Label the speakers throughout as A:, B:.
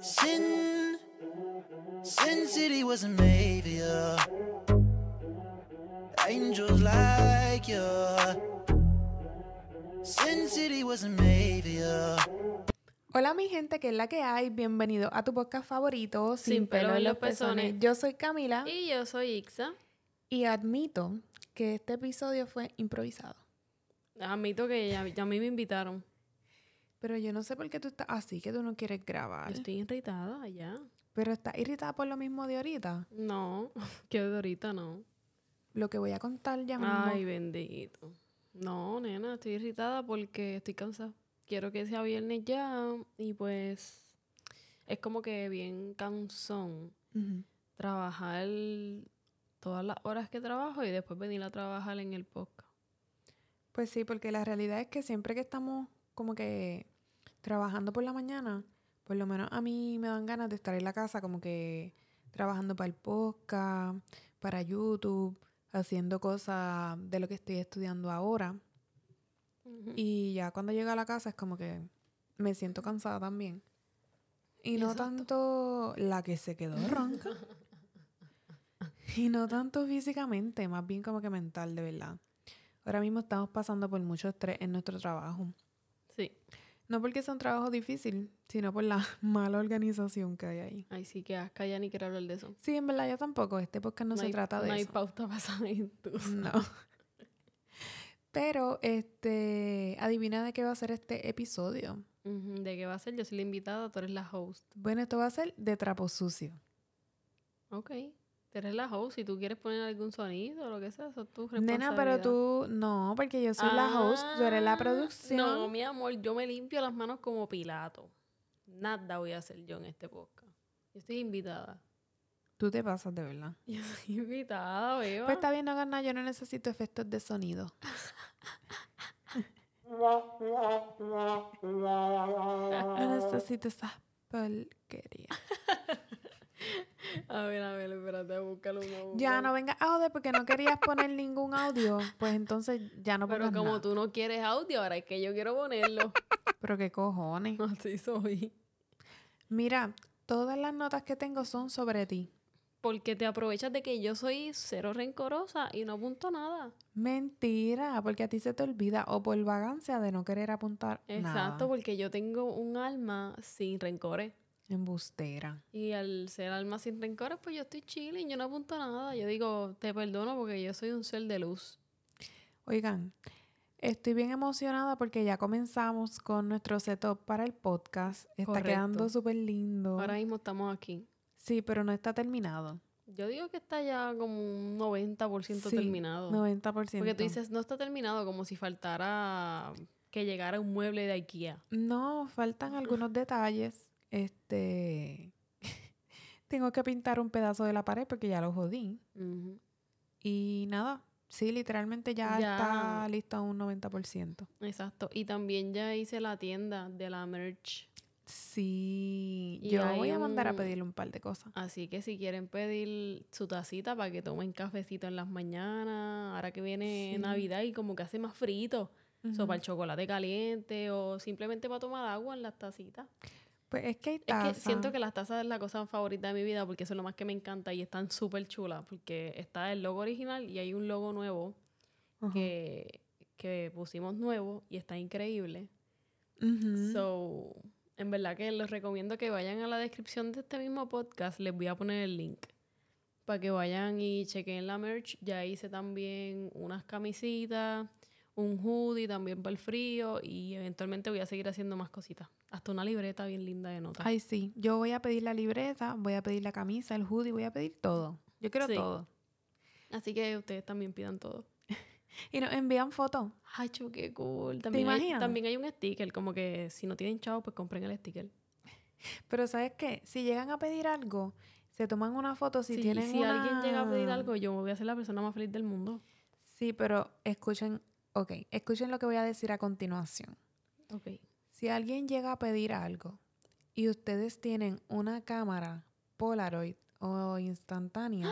A: Sin, Sin City was a maybe. uh. Angels like you. Sin City was a maybe. uh.
B: Hola mi gente, que es la que hay. Bienvenido a tu podcast favorito, Sin, pelo, en los pezones. Yo soy Camila y...
C: Y yo soy Ixa.
B: admito que este episodio fue improvisado.
C: Admito que ya, ya a mí me invitaron.
B: Pero yo no sé por qué tú estás así, que tú no quieres grabar.
C: Estoy irritada ya.
B: Pero estás irritada por lo mismo de ahorita.
C: No, que de ahorita no.
B: Lo que voy a contar ya mismo.
C: Ay, bendito. No, nena, estoy irritada porque estoy cansada. Quiero que sea viernes ya y pues es como que bien cansón
B: Ujú.
C: trabajar todas las horas que trabajo y después venir a trabajar en el podcast.
B: Pues sí, porque la realidad es que siempre que estamos como que trabajando por la mañana, por lo menos a mí me dan ganas de estar en la casa como que trabajando para el podcast, para YouTube, haciendo cosas de lo que estoy estudiando ahora.
C: Y
B: Y ya cuando llego a la casa es como que me siento cansada también. Y no
C: Exacto.
B: tanto la que se quedó ronca. y no tanto físicamente, más bien como que mental, de verdad. Ahora mismo estamos pasando por mucho estrés en nuestro trabajo.
C: sí,
B: No porque sea un trabajo difícil, sino por la mala organización que hay ahí.
C: ay sí que asca ya ni quiero hablar de eso.
B: Sí, en verdad yo tampoco. Este podcast no, se
C: hay-
B: trata de
C: No hay
B: eso.
C: pauta pasada en tu.
B: No. Pero, este, adivina de qué va a ser este episodio.
C: Ujú, ¿De qué va a ser? Yo soy la invitada, tú eres la host.
B: Bueno, esto va a ser de trapo sucio.
C: Ok. Tú eres la host. Si tú quieres poner algún sonido o lo que sea, eso es tu responsabilidad.
B: Nena, pero tú no, porque yo soy la host, tú eres la
C: Ah,
B: producción.
C: No, mi amor, yo me limpio las manos como Pilato. Nada voy a hacer yo en este podcast. Yo estoy invitada.
B: Tú te pasas de verdad.
C: Yo soy invitada, beba.
B: Pues está bien, no hagas nada, yo no necesito efectos de sonido. No
C: Ah.
B: necesito esas porquerías.
C: A ver, a ver, espérate, búscalo uno.
B: Ya no
C: búscalo.
B: vengas audio porque no querías poner ningún audio. Pues entonces ya no
C: Pero
B: pongas
C: como
B: nada.
C: tú no quieres audio, ahora es que yo quiero ponerlo.
B: Pero qué cojones.
C: Así soy.
B: Mira, todas las notas que tengo son sobre ti.
C: Porque te aprovechas de que yo soy cero rencorosa y no apunto nada.
B: Mentira, porque a ti se te olvida o por vagancia de no querer apuntar
C: Exacto,
B: nada.
C: porque yo tengo un alma sin rencores.
B: Embustera.
C: Y al ser alma sin rencores, pues yo estoy chilling, yo no apunto nada. Yo digo, te perdono porque yo soy un ser de luz.
B: Oigan, estoy bien emocionada porque ya comenzamos con nuestro setup para el podcast. Está
C: Correcto.
B: quedando súper lindo.
C: Ahora mismo estamos aquí.
B: Sí, pero no está terminado.
C: Yo digo que está ya como un 90%
B: Sí,
C: terminado.
B: 90%.
C: Porque tú dices, no está terminado, como si faltara que llegara un mueble de IKEA.
B: No, faltan algunos detalles. Este. Tengo que pintar un pedazo de la pared porque ya lo jodí.
C: Ujú.
B: Y nada, sí, literalmente ya,
C: Ya.
B: está listo a un 90%.
C: Exacto. Y también ya hice la tienda de la merch.
B: Sí,
C: Y
B: yo
C: hay
B: voy a mandar a
C: un-
B: pedirle un par de cosas.
C: Así que si quieren pedir su tacita para que tomen cafecito en las mañanas, ahora que viene
B: Sí.
C: Navidad y como que hace más frito. So, para el
B: Ujú.
C: chocolate caliente o simplemente para tomar agua en las tacitas.
B: Pues es que hay
C: Es que
B: taza.
C: siento que las tazas es la cosa favorita de mi vida porque eso es lo más que me encanta y están súper chulas porque está el logo original y hay un logo nuevo
B: Ajá.
C: que, que pusimos nuevo y está increíble.
B: Ujú.
C: So, en verdad que les recomiendo que vayan a la descripción de este mismo podcast. Les voy a poner el link para que vayan y chequen la merch. Ya hice también unas camisitas, un hoodie también para el frío y eventualmente voy a seguir haciendo más cositas. Hasta una libreta bien linda de notas.
B: Ay, sí. Yo voy a pedir la libreta, voy a pedir la camisa, el hoodie, voy a pedir todo. Yo quiero
C: Sí.
B: todo.
C: Así que ustedes también pidan todo.
B: Y nos envían fotos.
C: Ay, chu, qué cool. También, hay,
B: imaginas?
C: también hay un sticker, como que si no tienen chavo, pues compren el sticker.
B: Pero ¿sabes qué? Si llegan a pedir algo, se toman una foto. Si
C: Si,
B: tienen
C: si alguien llega a pedir
B: una-
C: algo, yo voy a ser la persona más feliz del mundo.
B: Sí, pero escuchen, ok, escuchen lo que voy a decir a continuación.
C: Ok.
B: Si alguien llega a pedir algo y ustedes tienen una cámara Polaroid o instantánea,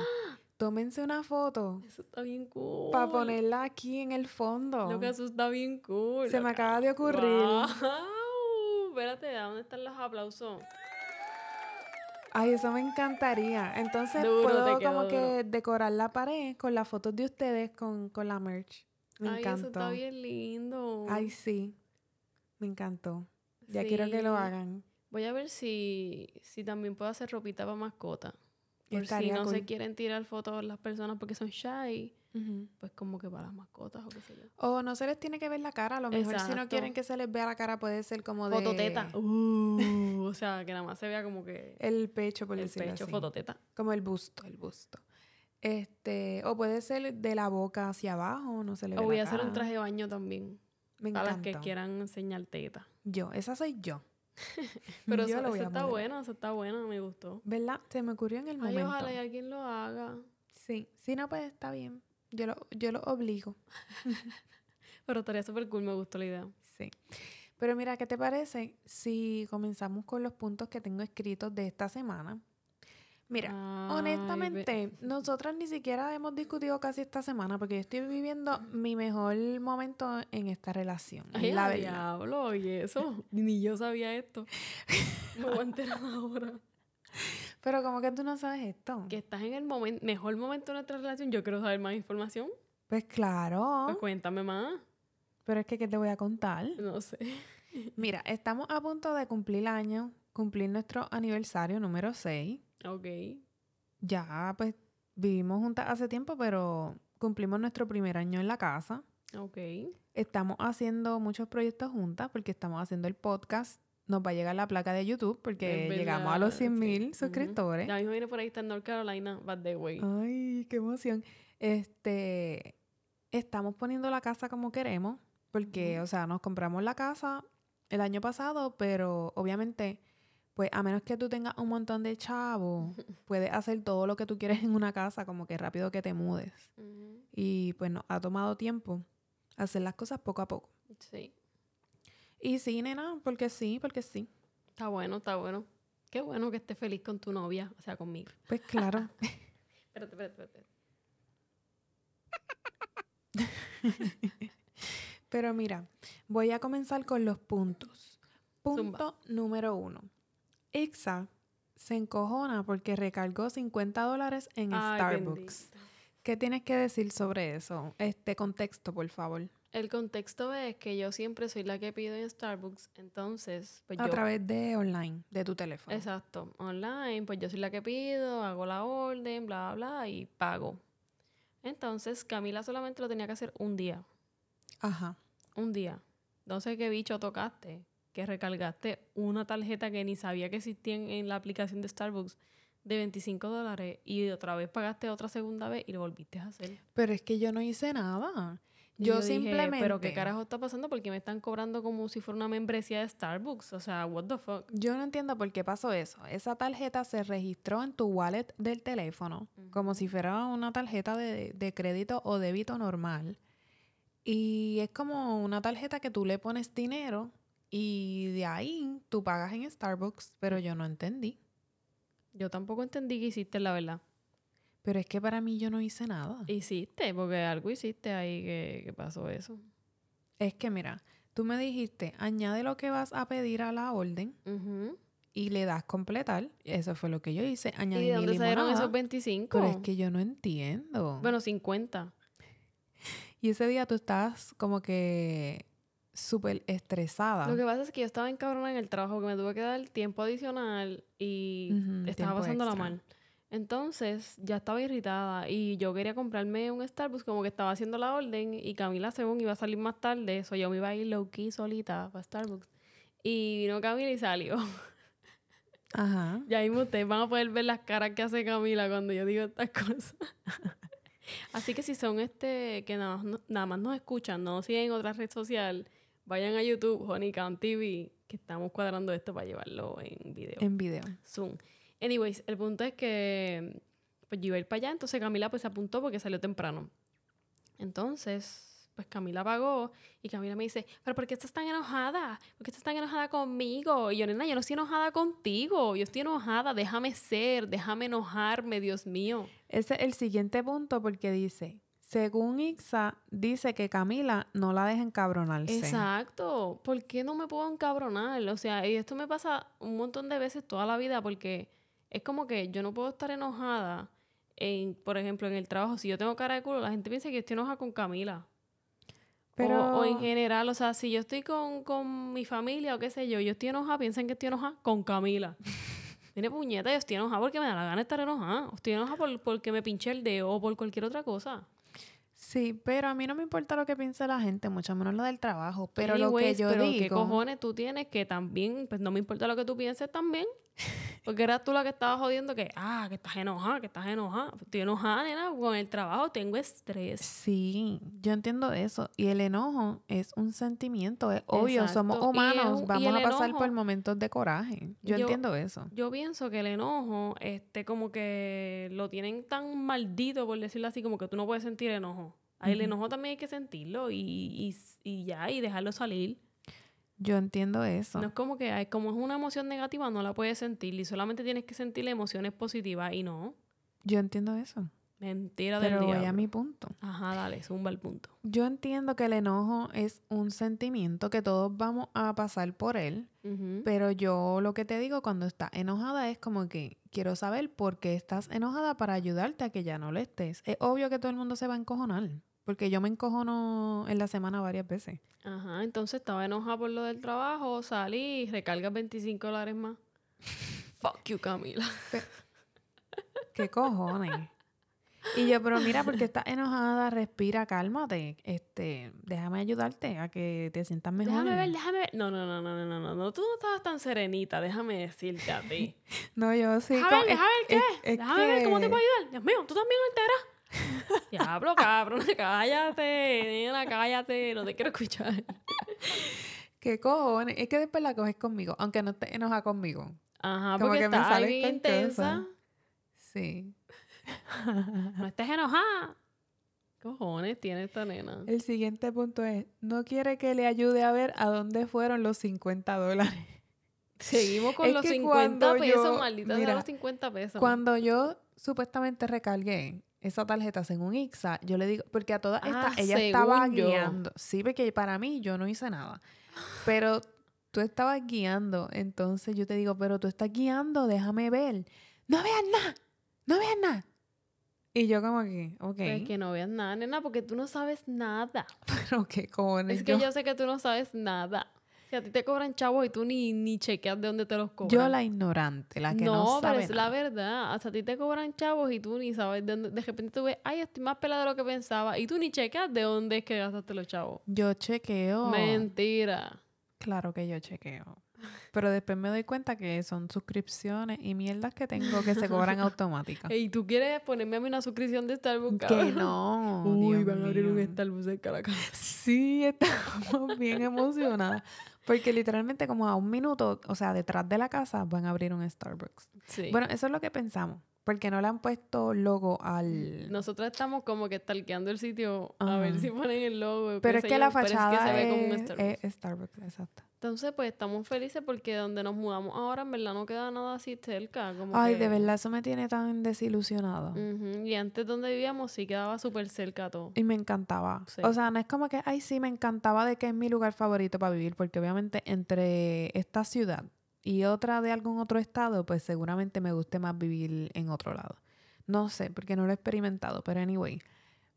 B: tómense una foto
C: Eso está bien cool.
B: para ponerla aquí en el fondo.
C: Lo que eso está bien cool.
B: Se me
C: loca.
B: acaba de ocurrir.
C: Guau. Espérate, ¿a dónde están los aplausos?
B: Ay, eso me encantaría. Entonces
C: Duro, te
B: puedo
C: quedó
B: como
C: duro.
B: que decorar la pared con las fotos de ustedes con, con la merch. Me
C: Ay, eso
B: encantó.
C: está bien lindo.
B: Ay, sí. Me encantó. Ya quiero que lo
C: Sí.
B: hagan.
C: Voy a ver si, si también puedo hacer ropita para mascota. Por si
B: Estaría
C: no se
B: cool.
C: quieren tirar fotos las personas porque son shy,
B: Ujú.
C: pues como que para las mascotas o qué sé yo.
B: O no se les tiene que ver la cara. A lo mejor si no
C: Exacto.
B: quieren que se les vea la cara puede ser como de...
C: Fototeta. Uh, o sea, que nada más se vea como que
B: El pecho, por
C: el
B: decirlo
C: pecho
B: así.
C: fototeta.
B: Como el busto, el busto. Este, o puede ser de la boca hacia abajo, no se le ve
C: O voy
B: la
C: a hacer un
B: cara.
C: traje de baño también.
B: Me
C: Para las que
B: encantó.
C: quieran enseñar teta.
B: Yo, esa soy yo.
C: Pero
B: Yo
C: eso,
B: lo voy
C: eso
B: a
C: está
B: modelar.
C: bueno, eso está bueno, me gustó.
B: ¿Verdad? Se me ocurrió en el
C: Ay,
B: momento.
C: ojalá y alguien lo haga.
B: Sí, si no, pues está bien. Yo lo, yo lo obligo.
C: Pero estaría súper cool, me gustó la idea.
B: Sí. Pero mira, ¿qué te parece si comenzamos con los puntos que tengo escritos de esta semana? Mira,
C: Ay, ve-
B: honestamente, nosotras ni siquiera hemos discutido casi esta semana porque yo estoy viviendo mi mejor momento en esta relación.
C: Ay,
B: la
C: a
B: verdad.
C: diablo, oye, eso. Ni yo sabía esto. Me voy a enterar ahora.
B: Pero como que tú no sabes esto.
C: Que estás en el momen- mejor momento de nuestra relación. Yo quiero saber más información.
B: Pues claro.
C: Pues cuéntame más.
B: Pero es que, ¿qué te voy a contar?
C: No sé.
B: Mira, estamos a punto de cumplir año, cumplir nuestro aniversario número 6.
C: Ok.
B: Ya, pues vivimos juntas hace tiempo, pero cumplimos nuestro primer año en la casa.
C: Ok.
B: ¿Eh? Estamos haciendo muchos proyectos juntas porque estamos haciendo el podcast. Nos va a llegar la placa de YouTube porque
C: Es
B: llegamos a los
C: verdad,
B: 100
C: sí.
B: mil
C: Ujú.
B: suscriptores.
C: La misma viene por ahí, está en North Carolina, by the way.
B: Ah. Ay, qué emoción. Este, estamos poniendo la casa como queremos, porque,
C: Ujú.
B: o sea, nos compramos la casa el año pasado, pero obviamente, pues a menos que tú tengas un montón de chavos, puedes hacer todo lo que tú quieres en una casa, como que rápido que te mudes.
C: Ujú.
B: Y pues nos ha tomado tiempo hacer las cosas poco a poco.
C: Sí.
B: Y sí, nena, porque sí, porque sí.
C: Está bueno, está bueno. Qué bueno que estés feliz con tu novia, o sea, conmigo.
B: Pues claro.
C: Espérate, espérate, espérate.
B: Pero mira, voy a comenzar con los puntos.
C: Zumba.
B: Punto número uno. Ixa se encojona porque recargó 50 dólares en
C: Ay,
B: Starbucks.
C: bendito.
B: ¿Qué tienes que decir sobre eso? Este contexto, por favor.
C: El contexto es que yo siempre soy la que pido en Starbucks, entonces, pues
B: A
C: yo.
B: través de online, de tu teléfono.
C: Exacto, online, pues yo soy la que pido, hago la orden, bla, bla, bla, y pago. Entonces, Camila solamente lo tenía que hacer un día,
B: Ajá.
C: un día. No sé qué bicho tocaste, que recargaste una tarjeta que ni sabía que existía en, en la aplicación de Starbucks de 25 dólares y otra vez pagaste otra segunda vez y lo volviste a hacer.
B: Pero es que yo no hice nada.
C: Y
B: Yo,
C: dije,
B: simplemente.
C: Pero qué carajo está pasando porque me están cobrando como si fuera una membresía de Starbucks. O sea, what the fuck.
B: Yo no entiendo por qué pasó eso. Esa tarjeta se registró en tu wallet del teléfono, como si fuera una tarjeta de, de crédito o débito normal. Y es como una tarjeta que tú le pones dinero y de ahí tú pagas en Starbucks, pero yo no entendí.
C: Yo tampoco entendí que hiciste, la verdad.
B: Pero es que para mí yo no hice nada.
C: Hiciste, porque algo hiciste ahí que, que pasó eso.
B: Es que mira, tú me dijiste, añade lo que vas a pedir a la orden y le das completar. Eso fue lo que yo hice. Añadí
C: ¿Y de
B: mi
C: dónde salieron
B: limonada.
C: esos 25?
B: Pero es que yo no entiendo.
C: Bueno, 50.
B: Y ese día tú estabas como que súper estresada.
C: Lo que pasa es que yo estaba encabrona en el trabajo, que me tuve que dar tiempo adicional y
B: Ujú,
C: estaba
B: tiempo
C: pasándola
B: extra.
C: mal. Entonces, ya estaba irritada y yo quería comprarme un Starbucks, como que estaba haciendo la orden y Camila, según iba a salir más tarde, eso yo me iba a ir low key solita para Starbucks. Y vino Camila y salió.
B: Ajá.
C: Ya mismo ustedes van a poder ver las caras que hace Camila cuando yo digo estas cosas. Así que si son este que nada más, no- nada más nos escuchan, no siguen otra red social, vayan a YouTube, Honeycomb TV, que estamos cuadrando esto para llevarlo en video.
B: En video.
C: Zoom. Anyways, el punto es que pues yo iba a ir para allá, entonces Camila pues se apuntó porque salió temprano. Entonces, pues Camila pagó y Camila me dice, pero ¿por qué estás tan enojada? ¿Por qué estás tan enojada conmigo? Y yo, nena, yo no estoy enojada contigo, yo estoy enojada, déjame ser, déjame enojarme, Dios mío.
B: Ese es el siguiente punto porque dice, según Ixa, dice que Camila no la deja encabronarse.
C: Exacto. ¿Por qué no me puedo encabronar? O sea, y esto me pasa un montón de veces toda la vida porque es como que yo no puedo estar enojada, en, por ejemplo, en el trabajo. Si yo tengo cara de culo, la gente piensa que yo estoy enojada con Camila.
B: Pero,
C: O, o en general, o sea, si yo estoy con, con mi familia o qué sé yo, yo estoy enojada, piensan que estoy enojada con Camila. Mire, puñeta, yo estoy enojada porque me da la gana de estar enojada. o Estoy enojada por, porque me pinché el dedo o por cualquier otra cosa.
B: sí, pero a mí no me importa lo que piense la gente, mucho menos lo del trabajo. Pero
C: Anyways,
B: lo que yo
C: pero ¿qué
B: digo...
C: cojones tú tienes que también, pues no me importa lo que tú pienses también? Porque eras tú la que estabas jodiendo que, ah, que estás enojada, que estás enojada. Pues, Estoy enojada, nena, con el trabajo tengo estrés.
B: Sí, yo entiendo eso. Y el enojo es un sentimiento, es obvio, somos
C: Exacto. Y el-
B: humanos,
C: y
B: vamos
C: el
B: a pasar por
C: enojo-
B: momentos de coraje. Yo,
C: Yo-
B: entiendo eso.
C: Yo pienso que el enojo, este, como que lo tienen tan maldito, por decirlo así, como que tú no puedes sentir enojo. Ah, El
B: Ujú.
C: enojo también hay que sentirlo y, y, y ya, y dejarlo salir.
B: Yo entiendo eso.
C: No es como que, ay, como es una emoción negativa, no la puedes sentir y solamente tienes que sentir emociones positivas y no.
B: Yo entiendo eso.
C: Mentira del
B: Pero voy
C: diablo.
B: a mi punto.
C: Ajá, dale, zumba el punto.
B: Yo entiendo que el enojo es un sentimiento que todos vamos a pasar por él, pero yo lo que te digo cuando estás enojada es como que quiero saber por qué estás enojada para ayudarte a que ya no lo estés. Es obvio que todo el mundo se va a encojonar, porque yo me encojono en la semana varias veces.
C: Ajá, entonces estaba enojada por lo del trabajo, salí y recargas 25 dólares más. Fuck you, Camila.
B: ¿Qué cojones? Y yo, pero mira, porque estás enojada, respira, cálmate. Este, déjame ayudarte a que te sientas mejor.
C: Déjame ver, déjame ver. No, no, no, no, no, no, no, no. Tú no estabas tan serenita, déjame decirte a ti.
B: No, yo sí.
C: déjame
B: como-
C: ver,
B: es-
C: déjame ver qué.
B: es- es
C: déjame ver cómo te
B: que-
C: puedo ayudar. Dios mío, tú también alteras. Diablo, cabrón, cállate, nena, cállate, no te quiero escuchar.
B: ¿Qué cojones? Es que después la coges conmigo, aunque no estés enojada conmigo.
C: Ajá,
B: Como
C: porque
B: que me
C: estás
B: sales
C: bien
B: con cosas.
C: intensa.
B: Sí.
C: No estés enojada. Cojones tiene esta nena.
B: El siguiente punto es, no quiere que le ayude a ver a dónde fueron los 50 dólares.
C: Seguimos con
B: Es
C: los
B: que
C: 50
B: cuando
C: pesos,
B: yo-
C: maldita sea
B: mira,
C: los 50 pesos.
B: Cuando yo supuestamente recargué esa tarjeta según IXA, yo le digo, porque a todas
C: Ah,
B: estas, ella estaba
C: según yo.
B: guiando. Sí, porque para mí yo no hice nada. Pero tú estabas guiando, entonces yo te digo, pero tú estás guiando, déjame ver. No veas nada, no veas nada. Y yo como que, ok,
C: Pues que no veas nada, nena, porque tú no sabes nada.
B: pero qué cojones.
C: Es que yo sé que tú no sabes nada. Si a ti te cobran chavos y tú ni, ni chequeas de dónde te los cobran.
B: Yo la ignorante, la que no,
C: no, pero
B: sabe
C: es la
B: nada.
C: verdad. Hasta a ti te cobran chavos y tú ni sabes de dónde. De repente tú ves, ay, estoy más pelada de lo que pensaba. Y tú ni chequeas de dónde es que gastaste los chavos.
B: Yo chequeo.
C: Mentira.
B: Claro que yo chequeo. Pero después me doy cuenta que son suscripciones y mierdas que tengo que se cobran automáticas.
C: Y tú quieres ponerme a mí una suscripción de Starbucks,
B: que
C: cabrón?
B: no.
C: Uy,
B: Dios
C: van a abrir
B: mío.
C: un Starbucks de Caracas.
B: Sí, estamos bien emocionadas. Porque literalmente como a un minuto, o sea, detrás de la casa van a abrir un Starbucks.
C: Sí.
B: Bueno, eso es lo que pensamos. Porque no le han puesto logo al...
C: Nosotros estamos como que stalkeando el sitio a
B: Ajá.
C: ver si ponen el logo.
B: pero
C: qué
B: es
C: sé
B: que
C: yo,
B: la
C: pero es que
B: fachada
C: se ve como un
B: es- eh,
C: Starbucks.
B: es Starbucks, exacto.
C: Entonces, pues estamos felices porque donde nos mudamos ahora, en verdad, no queda nada así cerca. como
B: Ay,
C: que- Mm.
B: de verdad, eso me tiene tan desilusionada.
C: Ujú, Y antes donde vivíamos sí quedaba súper cerca todo.
B: Y me encantaba.
C: Sí.
B: O sea, no es como que, ay, sí, me encantaba de que es mi lugar favorito para vivir, porque obviamente entre esta ciudad y otra de algún otro estado, pues seguramente me guste más vivir en otro lado. No sé, porque no lo he experimentado, pero anyway.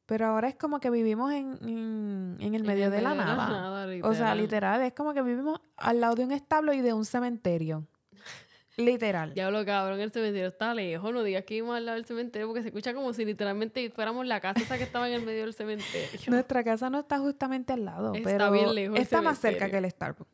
B: Pero ahora es como que vivimos en, en, en el
C: En
B: medio
C: el
B: de la nada. O sea, literal, es como que vivimos al lado de un establo y de un cementerio. literal.
C: Diablo, cabrón, el cementerio está lejos. No digas que íbamos al lado del cementerio porque se escucha como si literalmente fuéramos la casa esa que estaba en el medio del cementerio.
B: Nuestra casa no está justamente al lado,
C: Está
B: pero
C: bien lejos el
B: está más cerca
C: cementerio.
B: que el Starbucks.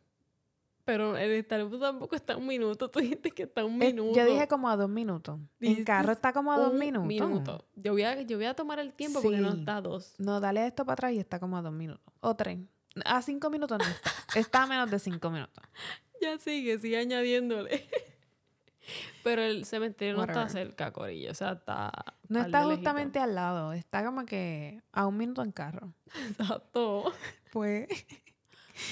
C: Pero el Starbucks tampoco está a un minuto. Tú dijiste que está a un
B: Es-
C: minuto.
B: Eh, Yo dije como a dos minutos.
C: Dijiste
B: En carro está como a dos
C: un
B: minutos.
C: minuto. Yo, voy a, yo voy a tomar el tiempo porque no
B: Sí.
C: está a dos.
B: No, dale esto para atrás y está como a dos minutos. O tres. A cinco minutos no está. Está a menos de cinco minutos.
C: Ya sigue, sigue añadiéndole. Pero el cementerio no
B: Whatever.
C: está cerca, Corillo. O sea, está.
B: No
C: par
B: está
C: de lejito.
B: justamente al lado. Está como que a un minuto en carro.
C: Exacto.
B: Pues.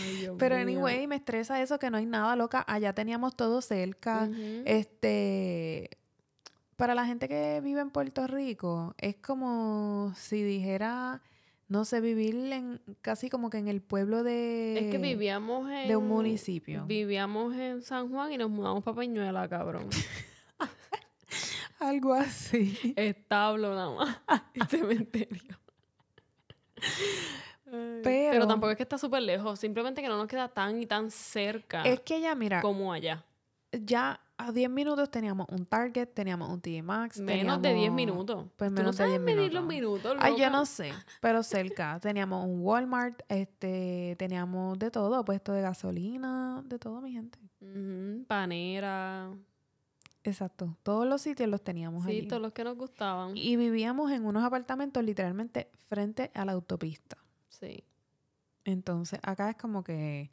C: Ay, Dios
B: Pero
C: mío.
B: anyway, me estresa eso que no hay nada loca. Allá teníamos todo cerca.
C: Ujú.
B: Este. Para la gente que vive en Puerto Rico, es como si dijera, no sé, vivir en casi como que en el pueblo de.
C: es que vivíamos en.
B: de un municipio.
C: Vivíamos en San Juan y nos mudamos para Peñuela, cabrón.
B: Algo así.
C: Establo nada más. y cementerio. Ay,
B: Pero-
C: tampoco es que está súper lejos. Simplemente que no nos queda tan y tan cerca
B: Es que ya, mira,
C: como allá.
B: ya a 10 minutos teníamos un Target, teníamos un TJ Maxx.
C: Menos de 10
B: Pues teníamos-
C: minutos.
B: pues
C: Tú no
B: menos de
C: sabes
B: 10
C: medir los
B: minutos.
C: minutos.
B: Ay, yo
C: loca.
B: no sé, pero cerca. Teníamos un Walmart, este, teníamos de todo, puesto de gasolina, de todo, mi gente.
C: Ujú, panera.
B: Exacto. Todos los sitios los teníamos
C: Sí,
B: allí.
C: todos los que nos gustaban.
B: Y vivíamos en unos apartamentos literalmente frente a la autopista.
C: Sí.
B: Entonces, acá es como que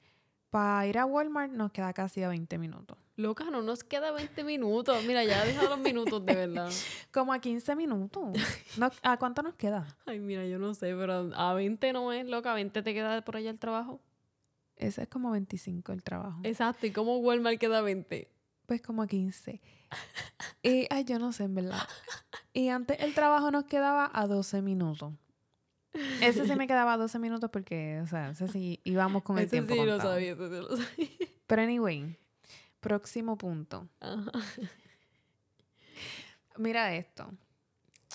B: para ir a Walmart nos queda casi a 20 minutos.
C: Loca, no nos queda 20 minutos. Mira, ya deja los minutos, de verdad.
B: Como a 15 minutos. No- ¿A cuánto nos queda?
C: Ay, mira, yo no sé, pero a 20 no es, loca. A 20 te queda por allá el trabajo.
B: Ese es como 25 el trabajo.
C: Exacto. ¿Y cómo Walmart queda 20?
B: Pues como a 15. Y, ay, yo no sé, en verdad. Y antes el trabajo nos quedaba a 12 minutos. Ese se me quedaba a 12 minutos porque, o sea, ese sí íbamos con el
C: Eso
B: tiempo
C: sí lo
B: contado.
C: sabía, eso sí lo sabía.
B: Pero anyway, próximo punto.
C: Ajá.
B: Mira esto.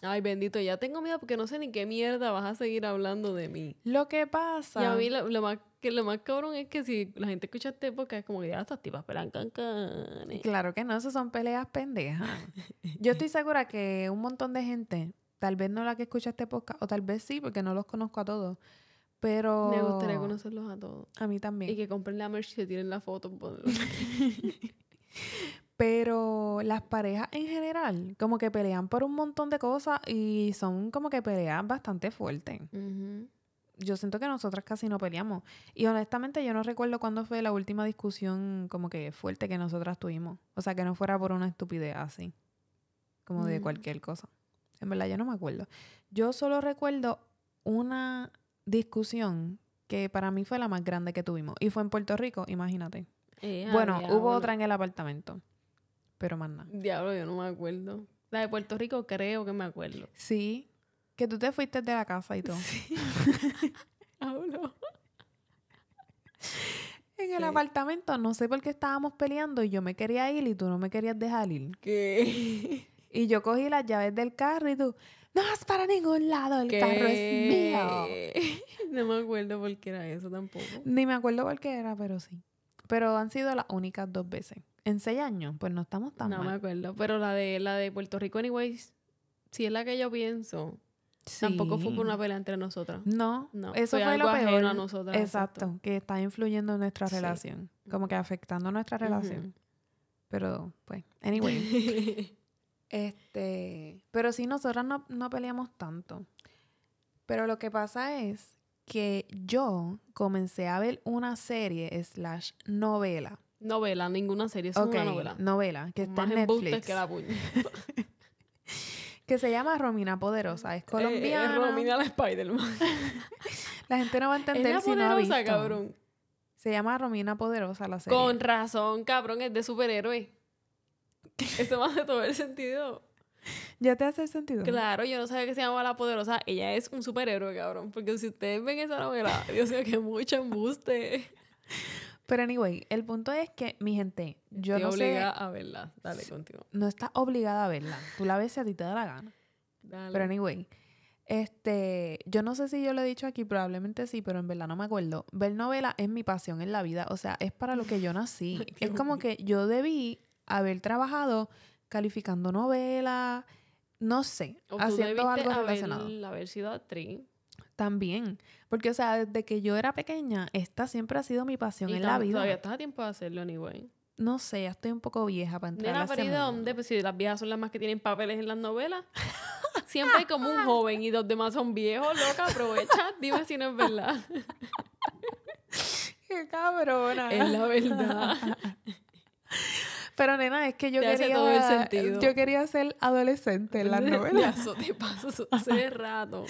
C: Ay, bendito, ya tengo miedo porque no sé ni qué mierda vas a seguir hablando de mí.
B: Lo que
C: Y a
B: pasa.
C: mí lo, lo más, que lo más cabrón es que si la gente escucha este podcast es como que ya estas tipas pelan cancanes.
B: Claro que no, eso son peleas pendejas. Yo estoy segura que un montón de gente, tal vez no la que escucha este podcast, o tal vez sí, porque no los conozco a todos, pero...
C: Me gustaría conocerlos a todos.
B: A mí también.
C: Y que compren la merch y se tiren la foto. pues. ponlo.
B: Pero las parejas en general, como que pelean por un montón de cosas y son como que peleas bastante fuertes.
C: Ujú.
B: Yo siento que nosotras casi no peleamos. Y honestamente yo no recuerdo cuándo fue la última discusión como que fuerte que nosotras tuvimos. O sea, que no fuera por una estupidez así. Como de
C: Mm.
B: cualquier cosa. En verdad yo no me acuerdo. Yo solo recuerdo una discusión que para mí fue la más grande que tuvimos. Y fue en Puerto Rico, imagínate.
C: Eh,
B: Bueno,
C: ah,
B: hubo
C: diablo.
B: otra en el apartamento. Pero más nada.
C: Diablo, yo no me acuerdo. La de Puerto Rico creo que me acuerdo.
B: Sí, que tú te fuiste de la casa y todo.
C: Sí. Diablo.
B: En el
C: Sí.
B: apartamento, no sé por qué estábamos peleando y yo me quería ir y tú no me querías dejar ir.
C: ¿Qué?
B: Y yo cogí las llaves del carro y tú, no vas para ningún lado, el carro es mío.
C: mío. No me acuerdo por qué era eso tampoco.
B: Ni me acuerdo por qué era, pero sí. Pero han sido las únicas dos veces. En seis años, pues no estamos tan
C: no me
B: mal.
C: acuerdo. Pero la de la de Puerto Rico, anyways, si es la que yo pienso, tampoco fue
B: Sí.
C: por una pelea entre nosotras.
B: No,
C: No,
B: eso fue,
C: algo
B: lo
C: ajeno
B: peor.
C: a nosotras.
B: exacto, que está influyendo en nuestra
C: Sí.
B: relación, como que afectando nuestra
C: Ujú.
B: relación. Pero, pues, anyway. Este, pero sí, nosotras no, no peleamos tanto. Pero lo que pasa es que yo comencé a ver una serie slash novela.
C: novela, ninguna serie, es
B: Ok,
C: una novela.
B: que
C: Con
B: está en
C: más embustes
B: Netflix.
C: que la puña. Eh,
B: Que se llama Romina Poderosa. Es colombiana.
C: Eh, Romina la Spider-Man.
B: La gente no va a
C: Es
B: entender
C: la
B: si no ha
C: poderosa,
B: visto.
C: cabrón.
B: Se llama Romina Poderosa la serie.
C: Con razón, cabrón, es de superhéroe. Eso me hace todo el sentido.
B: ¿Ya te hace sentido?
C: Claro, yo no sabía que se llamaba La Poderosa. Ella es un superhéroe, cabrón. Porque si ustedes ven esa novela, Dios mío, que mucho embuste.
B: Pero anyway, el punto es que, mi gente, yo
C: Estoy
B: no
C: obligada
B: sé...
C: a verla. Dale, continúa.
B: No estás obligada a verla. Tú la ves si a ti te da la gana.
C: Dale.
B: Pero anyway, este, yo no sé si yo lo he dicho aquí, probablemente sí, pero en verdad no me acuerdo. Ver novela es mi pasión en la vida, o sea, es para lo que yo nací.
C: Ay,
B: es
C: Dios
B: como
C: mío.
B: que yo debí haber trabajado calificando novelas, no sé,
C: O tú
B: haciendo
C: debiste
B: algo
C: haber-
B: relacionado.
C: haber sido actriz.
B: También, porque o sea, desde que yo era pequeña, esta siempre ha sido mi pasión
C: Y
B: en la
C: tam- Todavía
B: vida.
C: estás a tiempo de hacerlo, anyway.
B: No sé, ya estoy un poco vieja para entrar
C: Nena,
B: a
C: pero ¿y de dónde? Pues si las viejas son las más que tienen papeles en las novelas. Siempre hay como un joven y los demás son viejos, loca. Aprovecha, dime si no es verdad.
B: ¡Qué cabrona!
C: es la verdad.
B: Pero nena, es que yo
C: Te hace
B: quería
C: todo el sentido.
B: yo quería ser adolescente en las
C: Ya,
B: novelas.
C: eso te pasa eso hace rato.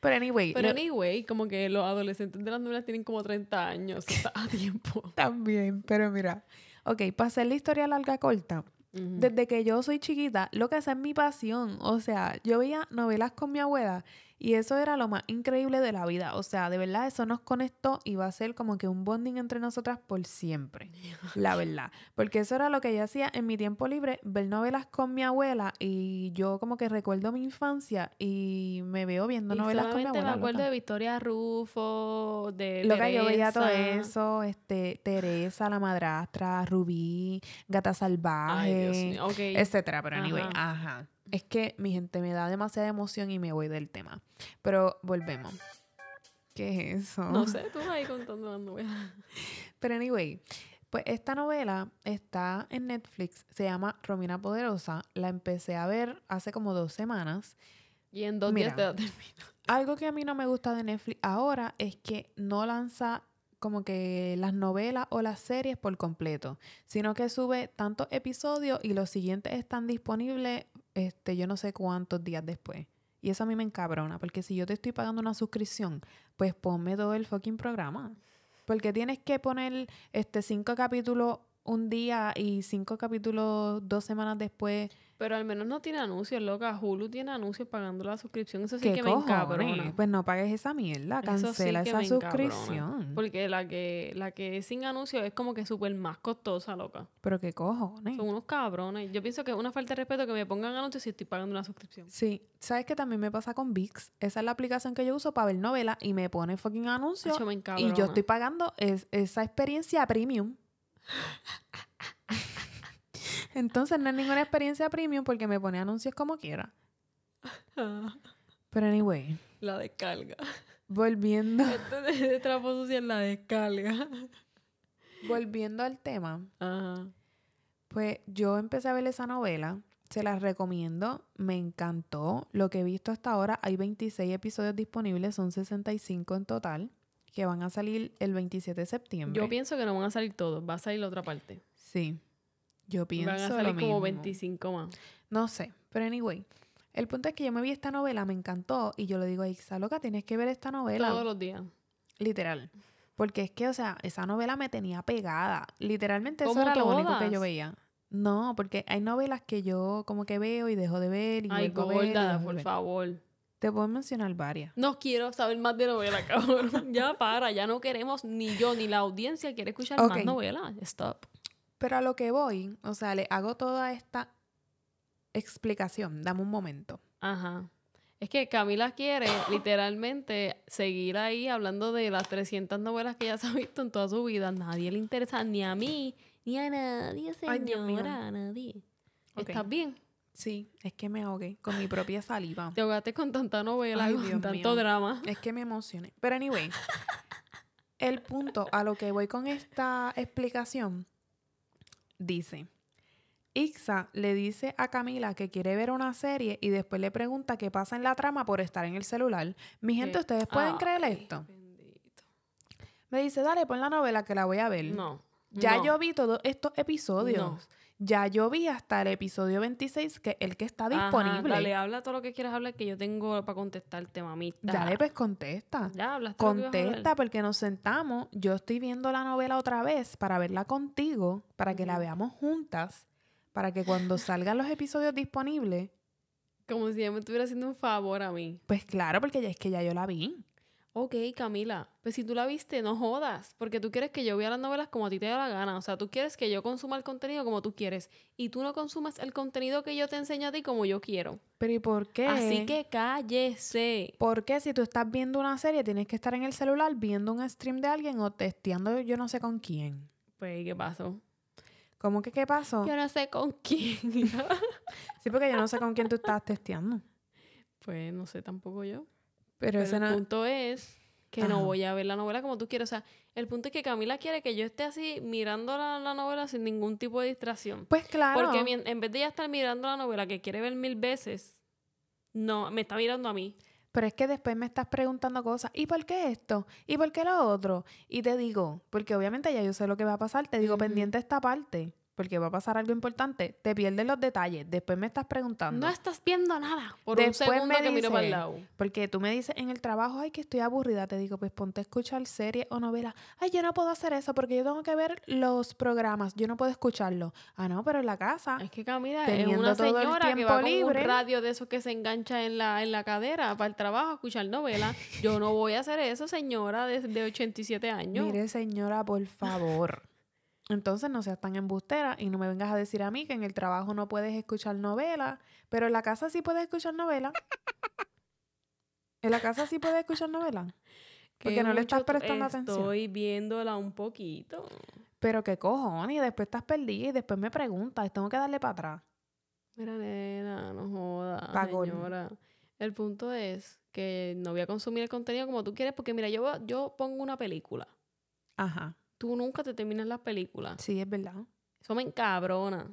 B: Pero anyway,
C: Pero
B: no-
C: anyway, como que los adolescentes de las novelas tienen como 30 años. Está a tiempo.
B: también, pero mira. Ok, para hacer la historia larga corta,
C: Ujú.
B: desde que yo soy chiquita, lo que esa es mi pasión. O sea, yo veía novelas con mi abuela Y eso era lo más increíble de la vida. O sea, de verdad, eso nos conectó y va a ser como que un bonding entre nosotras por siempre. La verdad. Porque eso era lo que yo hacía en mi tiempo libre, ver novelas con mi abuela. Y yo como que recuerdo mi infancia y me veo viendo
C: Y
B: novelas con mi
C: solamente
B: abuela.
C: me acuerdo
B: loca.
C: de Victoria Rufo, de
B: Loca, yo veía todo
C: Teresa.
B: eso, este, Teresa, la madrastra, Rubí, Gata
C: Ay,
B: Salvaje,
C: Dios mío. Ok.
B: etcétera, pero anyway,
C: Ajá.
B: ajá. Es que mi gente me da demasiada emoción y me voy del tema. Pero volvemos. ¿Qué es eso?
C: No sé, tú ahí contando las novelas.
B: Pero anyway, pues esta novela está en Netflix, se llama Romina Poderosa, la empecé a ver hace como dos semanas.
C: Y en dos días te
B: Mira.
C: la termino.
B: Algo que a mí no me gusta de Netflix ahora es que no lanza como que las novelas o las series por completo, sino que sube tantos episodios y los siguientes están disponibles este yo no sé cuántos días después. Y eso a mí me encabrona, porque si yo te estoy pagando una suscripción, pues ponme todo el fucking programa. Porque tienes que poner este cinco capítulos un día y cinco capítulos dos semanas después.
C: Pero al menos no tiene anuncios, loca. Hulu tiene anuncios pagando la suscripción. Eso sí
B: ¿Qué
C: que
B: cojones?
C: me encabrona.
B: Pues no pagues esa mierda,
C: Eso sí
B: cancela
C: que
B: esa
C: me encabrona.
B: suscripción.
C: Porque la que, la que es sin anuncios es como que súper más costosa, loca.
B: Pero qué cojones.
C: Son unos cabrones. Yo pienso que es una falta de respeto que me pongan anuncios si estoy pagando una suscripción.
B: Sí, ¿sabes qué también me pasa con VIX? Esa es la aplicación que yo uso para ver novelas y me pone fucking anuncios
C: Acho, me
B: y
C: encabrona.
B: yo estoy pagando es- esa experiencia premium. Entonces no es ninguna experiencia premium porque me pone anuncios como quiera. Pero anyway,
C: Ah, La descarga.
B: volviendo,
C: Esto de, de trapo sucio es la descarga.
B: volviendo al tema.
C: Ajá.
B: Pues yo empecé a ver esa novela, se las recomiendo, me encantó. Lo que he visto hasta ahora, hay 26 episodios disponibles, son 65 en total, que van a salir el 27 de septiembre.
C: Yo pienso que no van a salir todos, va a salir la otra parte.
B: sí, yo pienso
C: van a
B: lo
C: salir como
B: mismo.
C: 25 más.
B: No sé, pero anyway, el punto es que yo me vi esta novela, me encantó, y yo le digo a Ixa, loca, tienes que ver esta novela.
C: Todos los días.
B: Literal. Porque es que, o sea, esa novela me tenía pegada. Literalmente eso
C: Como
B: era lo único que yo
C: todas.
B: veía. No, porque hay novelas que yo como que veo y dejo de ver y
C: Ay,
B: vuelvo a ver. y dejo
C: gorda,
B: de
C: por
B: ver.
C: favor.
B: Te puedo mencionar varias.
C: No quiero saber más de novela, cabrón. ya para, ya no queremos, ni yo ni la audiencia quiere escuchar
B: Ok.
C: más novela. Stop.
B: Pero a lo que voy, o sea, le hago toda esta explicación. Dame un momento.
C: Ajá. Es que Camila quiere literalmente seguir ahí hablando de las 300 novelas que ya se ha visto en toda su vida. Nadie le interesa, ni a mí, ni a nadie, señora,
B: Ay, Dios mío.
C: a nadie.
B: Ok.
C: ¿Estás bien?
B: Sí, es que me ahogué con mi propia saliva.
C: Te ahogaste con tanta novela,
B: Ay,
C: con
B: Dios
C: tanto
B: mío.
C: drama.
B: Es que me emocioné. Pero anyway, el punto a lo que voy con esta explicación dice, Ixa le dice a Camila que quiere ver una serie y después le pregunta qué pasa en la trama por estar en el celular. Mi gente, ¿ustedes pueden
C: Ay,
B: creer esto?
C: bendito.
B: Me dice, dale, pon la novela que la voy a ver.
C: No.
B: Ya
C: no.
B: yo vi todos estos episodios.
C: No.
B: Ya yo vi hasta el episodio 26, que es el que está
C: Ajá,
B: disponible.
C: dale, habla todo lo que quieras hablar que yo tengo para contestarte, mamita.
B: Dale, pues contesta.
C: Ya hablas todo lo que ibas a hablar.
B: Contesta porque nos sentamos. Yo estoy viendo la novela otra vez para verla contigo, para que la
C: Ujú.
B: veamos juntas, para que cuando salgan los episodios disponibles,
C: Como si ella me estuviera haciendo un favor a mí.
B: pues claro, porque ya es que ya yo la vi.
C: Ok, Camila, pues si tú la viste, no jodas, porque tú quieres que yo vea las novelas como a ti te da la gana, o sea, tú quieres que yo consuma el contenido como tú quieres, y tú no consumas el contenido que yo te enseño a ti como yo quiero.
B: Pero ¿y por qué?
C: Así que cállese.
B: ¿Por qué si tú estás viendo una serie tienes que estar en el celular viendo un stream de alguien o testeando yo no sé con quién?
C: Pues, ¿qué pasó?
B: ¿Cómo que qué pasó?
C: Yo no sé con quién.
B: Sí, porque yo no sé con quién tú estás testeando.
C: pues, no sé tampoco yo.
B: Pero,
C: Pero
B: ese
C: el
B: no-
C: punto es que
B: Ajá.
C: no voy a ver la novela como tú quieres. O sea, el punto es que Camila quiere que yo esté así mirando la, la novela sin ningún tipo de distracción.
B: Pues claro.
C: Porque mien- en vez de ella estar mirando la novela que quiere ver mil veces, no, me está mirando a mí.
B: Pero es que después me estás preguntando cosas, ¿y por qué esto? ¿Y por qué lo otro? Y te digo, porque obviamente ya yo sé lo que va a pasar, te digo,
C: Ujú.
B: pendiente esta parte. porque va a pasar algo importante, te pierdes los detalles. Después me estás preguntando.
C: No estás viendo nada. Por
B: Después
C: un segundo
B: me
C: que miro para el
B: dice-
C: lado.
B: Porque tú me dices en el trabajo, ay, que estoy aburrida. Te digo, pues ponte a escuchar series o novelas. Ay, yo no puedo hacer eso porque yo tengo que ver los programas. Yo no puedo escucharlo. Ah, no, pero en la casa.
C: Es que Camila es
B: Teniendo
C: una
B: todo el
C: señora que
B: tiempo
C: va con
B: libre.
C: un radio de esos que se engancha en la, en la cadera para el trabajo a escuchar novelas. Yo no voy a hacer eso, señora de, de 87 años.
B: Mire, señora, por favor. Entonces no seas tan embustera y no me vengas a decir a mí que en el trabajo no puedes escuchar novelas, pero en la casa sí puedes escuchar novelas. En la casa sí puedes escuchar novelas. porque
C: Que
B: no le
C: mucho
B: estás
C: tú-
B: prestando atención.
C: Estoy viéndola un poquito.
B: Pero qué cojones, y después estás perdida y después me preguntas, tengo que darle para atrás.
C: Mira, nena, no jodas,
B: Pagón.
C: señora. El punto es que no voy a consumir el contenido como tú quieres porque mira, yo, veo- yo pongo una película.
B: Ajá,
C: Tú nunca te terminas las películas.
B: sí, es verdad.
C: Eso me encabrona.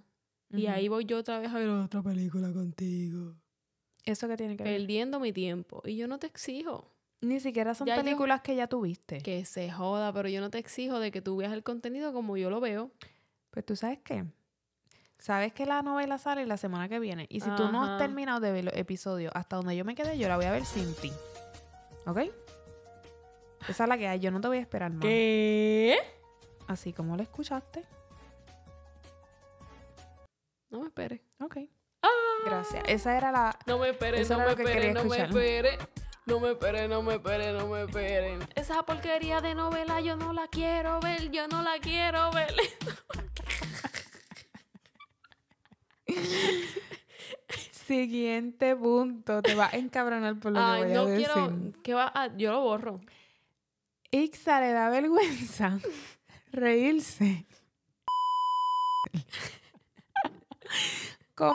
C: Y
B: Ujú.
C: ahí voy yo otra vez a ver otra película contigo.
B: Eso que tiene que ver.
C: Perdiendo mi tiempo. Y yo no te exijo.
B: Ni siquiera son
C: Ya yo-
B: películas que ya tuviste.
C: Que se joda, pero yo no te exijo de que tú veas el contenido como yo lo veo.
B: Pues tú sabes qué. Sabes que la novela sale la semana que viene. Y si tú no
C: Ajá.
B: has terminado de ver los episodios hasta donde yo me quedé, yo la voy a ver sin ti. ¿Ok? Esa es la que hay. Yo no te voy a esperar más.
C: ¿Qué?
B: Así como lo escuchaste.
C: No me esperes.
B: Ok. Gracias. Esa era la.
C: Ah. No me esperen,
B: Eso
C: no
B: era
C: me
B: lo que quería
C: esperen, no me
B: escuchar.
C: esperen. No me esperen, no me esperen, no me esperen. Esa porquería de novela yo no la quiero ver, yo no la quiero ver.
B: Siguiente punto. Te va a encabronar por lo que
C: Ay,
B: voy
C: no
B: a decir.
C: quiero. ¿Qué va? a- yo lo borro.
B: Ixa le da vergüenza reírse. Con-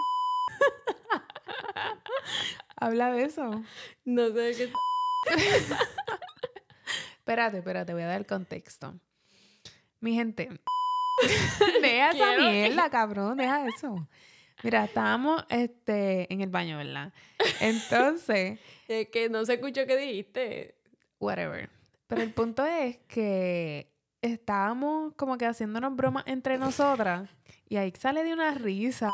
B: Habla de eso.
C: No sé qué.
B: Espérate, espérate, voy a dar el contexto. Mi gente, deja esa
C: Quiero que-
B: mierda, cabrón, deja eso. Mira, estábamos este, en el baño, ¿verdad? Entonces,
C: Es que no se escuchó que dijiste.
B: whatever. Pero el punto es que estábamos como que haciéndonos bromas entre nosotras y a Ixa le dio una risa.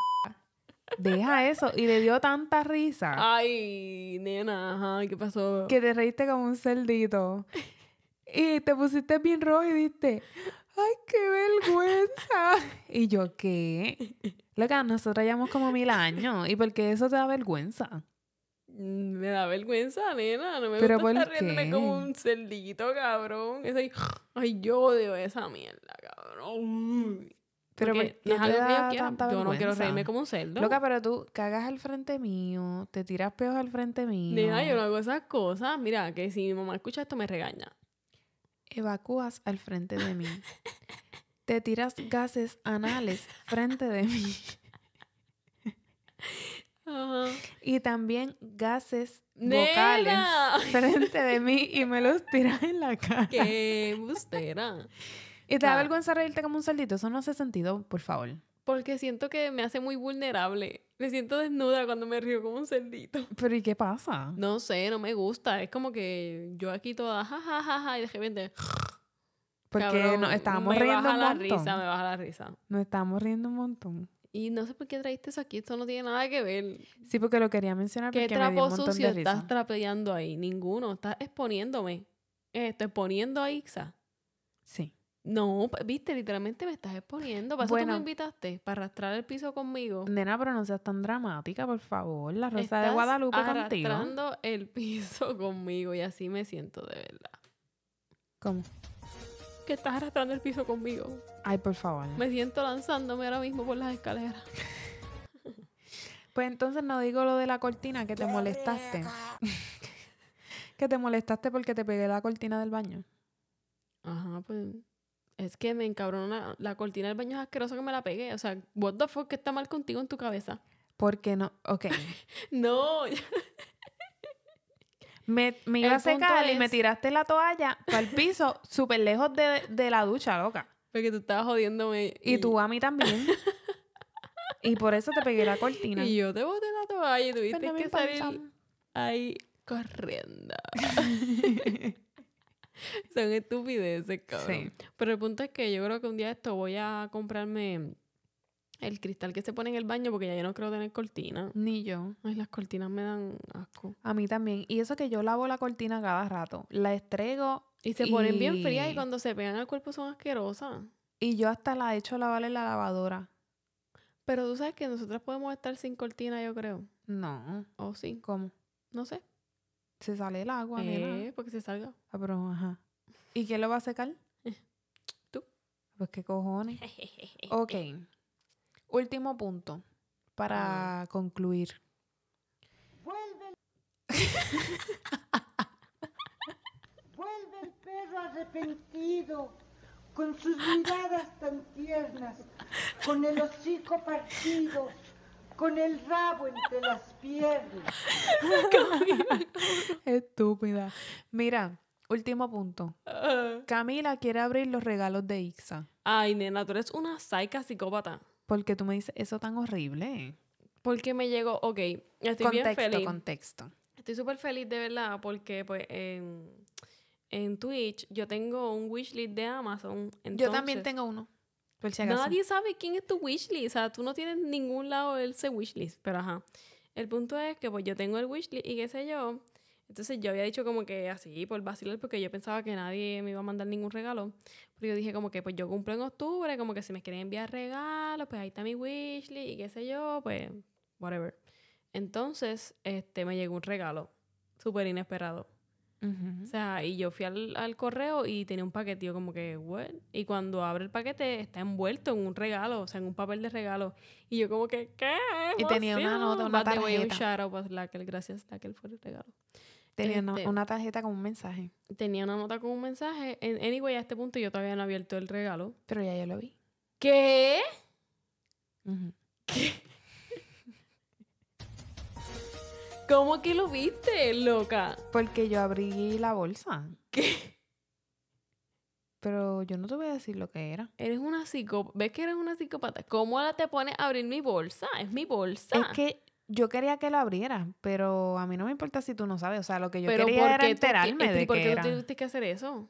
B: Deja eso. Y le dio tanta risa
C: Ah. Ay, nena, ajá, ¿qué pasó?
B: que te reíste como un cerdito. Y te pusiste bien rojo y diste, ¡ay, qué vergüenza! Y yo, ¿qué? Loca, nosotras llevamos como mil años. ¿Y por qué eso te da vergüenza?
C: Mm, Me da vergüenza, nena. No me
B: ¿Pero
C: gusta
B: por
C: estar riéndome como
B: qué?
C: un cerdito, cabrón. Es ahí, ay, yo odio esa mierda, cabrón.
B: Pero
C: Porque
B: ¿por qué
C: es algo
B: te
C: que
B: da
C: yo quiero.
B: tanta
C: Yo no quiero
B: vergüenza?
C: reírme como un cerdo.
B: Loca, pero tú cagas al frente mío, te tiras peos al frente mío.
C: Nena, yo no hago esas cosas. Mira, que si mi mamá escucha esto me regaña.
B: Evacúas al frente de mí. te tiras gases anales frente de mí.
C: Ajá.
B: Y también gases
C: ¡Nena!
B: vocales frente de mí y me los tiras en la cara.
C: Qué bustera.
B: Y te da
C: Claro.
B: vergüenza reírte como un saldito. Eso no hace sentido, por favor.
C: Porque siento que me hace muy vulnerable. Me siento desnuda cuando me río como un cerdito.
B: Pero ¿y qué pasa?
C: No sé, no me gusta. Es como que yo aquí toda jajajaja y de repente.
B: Porque
C: cabrón,
B: nos estábamos
C: me
B: riendo
C: baja
B: un
C: la
B: montón.
C: risa, me baja la risa.
B: Nos estábamos riendo un montón.
C: Y no sé por qué traíste eso aquí, esto no tiene nada que ver.
B: Sí, porque lo quería mencionar
C: ¿Qué
B: Ah, porque me dio
C: trapo
B: un montón
C: sucio
B: de risa.
C: estás trapeando ahí? Ninguno, estás exponiéndome. Eh, Estoy exponiendo a Ixa.
B: Sí.
C: No, pa- viste, literalmente me estás exponiendo. ¿Para eso tú
B: Bueno.
C: me invitaste? ¿Para arrastrar el piso conmigo?
B: Nena, pero no seas tan dramática, por favor. La Rosa de
C: Estás
B: Guadalupe contigo.
C: arrastrando el piso conmigo y así me siento de verdad.
B: ¿Cómo?
C: Que estás arrastrando el piso conmigo.
B: Ay, por favor.
C: Me siento lanzándome ahora mismo por las escaleras.
B: Pues entonces no digo lo de la cortina que te molestaste. que te molestaste porque te pegué la cortina del baño.
C: Ajá, pues. Es que me encabrona la cortina del baño es asquerosa que me la pegué. O sea, what the fuck, ¿qué está mal contigo en tu cabeza?
B: Porque no, ok.
C: No,
B: Me, me iba
C: El
B: a secar
C: punto
B: y me
C: es-
B: tiraste la toalla para el piso, súper lejos de, de la ducha, loca.
C: porque tú estabas jodiéndome.
B: Y tú a mí también. y por eso te pegué la cortina.
C: Y yo te boté la toalla y tuviste
B: Pues no me
C: que salir
B: importa.
C: ahí corriendo. Son estupideces, cabrón.
B: Sí.
C: Pero el punto es que yo creo que un día esto voy a comprarme El cristal que se pone en el baño porque ya yo no creo tener cortina.
B: Ni yo.
C: Ay, las cortinas me dan asco.
B: A mí también. Y eso que yo lavo la cortina cada rato. La estrego
C: Y se ponen bien
B: Y-
C: frías y cuando se pegan al cuerpo son asquerosas.
B: y yo hasta la he hecho lavar en la lavadora.
C: Pero tú sabes que nosotras podemos estar sin cortina, yo creo.
B: No.
C: O sí,
B: ¿Cómo?
C: no sé.
B: Se sale el agua, nena.
C: Eh, porque se salga.
B: Ah, pero, ajá. ¿Y quién lo va a secar?
C: Tú.
B: Pues qué cojones. Ok. Último punto para concluir.
D: Vuelve el perro arrepentido, con sus miradas tan tiernas, con el hocico partido, con el rabo entre las piernas.
B: Estúpida. Mira, último punto. Camila quiere abrir los regalos de Ixa.
C: Ay, nena, tú eres una psica psicópata.
B: Porque tú me dices eso tan horrible.
C: Porque me llegó, ok, estoy bien
B: contexto,
C: feliz.
B: contexto.
C: Estoy súper feliz de verdad porque pues en, en Twitch yo tengo un wishlist de Amazon.
B: Yo también
C: entonces-
B: tengo uno. Por si acaso.
C: Nadie sabe quién es tu wishlist. O sea, tú no tienes ningún lado de ese wishlist. Pero ajá. El punto es que pues yo tengo el wishlist y qué sé yo. Entonces yo había dicho como que así por vacilar porque yo pensaba que nadie me iba a mandar ningún regalo. Pero yo dije como que pues yo cumplo en octubre, como que si me quieren enviar regalos, pues ahí está mi wishlist y qué sé yo, pues whatever. Entonces, este me llegó un regalo súper inesperado.
B: Ujú.
C: O sea, y yo fui al, al correo y tenía un paquete. y Yo como que, what? Y cuando abre el paquete está envuelto en un regalo, o sea, en un papel de regalo. Y yo como que, ¿qué?
B: Y tenía una
C: emoción!
B: nota, una
C: By the way, un
B: tarjeta.
C: shout out para Slacker, gracias Slacker por el regalo.
B: Tenía una,
C: este-
B: una tarjeta con un mensaje.
C: Tenía una nota con un mensaje. En- Anyway, a este punto yo todavía no he abierto el regalo.
B: Pero ya yo lo vi.
C: ¿Qué?
B: Ujú.
C: ¿Cómo que lo viste, loca?
B: Porque yo abrí la bolsa. ¿Qué? Pero yo no te voy a decir lo que era.
C: Eres una psicópata. ¿Ves que eres una psicópata? ¿Cómo ahora te pones a abrir mi bolsa? Es mi bolsa.
B: Es que yo quería que lo abriera, pero a mí no me importa si tú no sabes. O sea, lo que yo
C: Pero
B: quería
C: ¿por
B: era
C: qué tú-
B: enterarme
C: este,
B: de
C: ¿Por
B: qué
C: qué
B: era.
C: tú tuviste que hacer eso?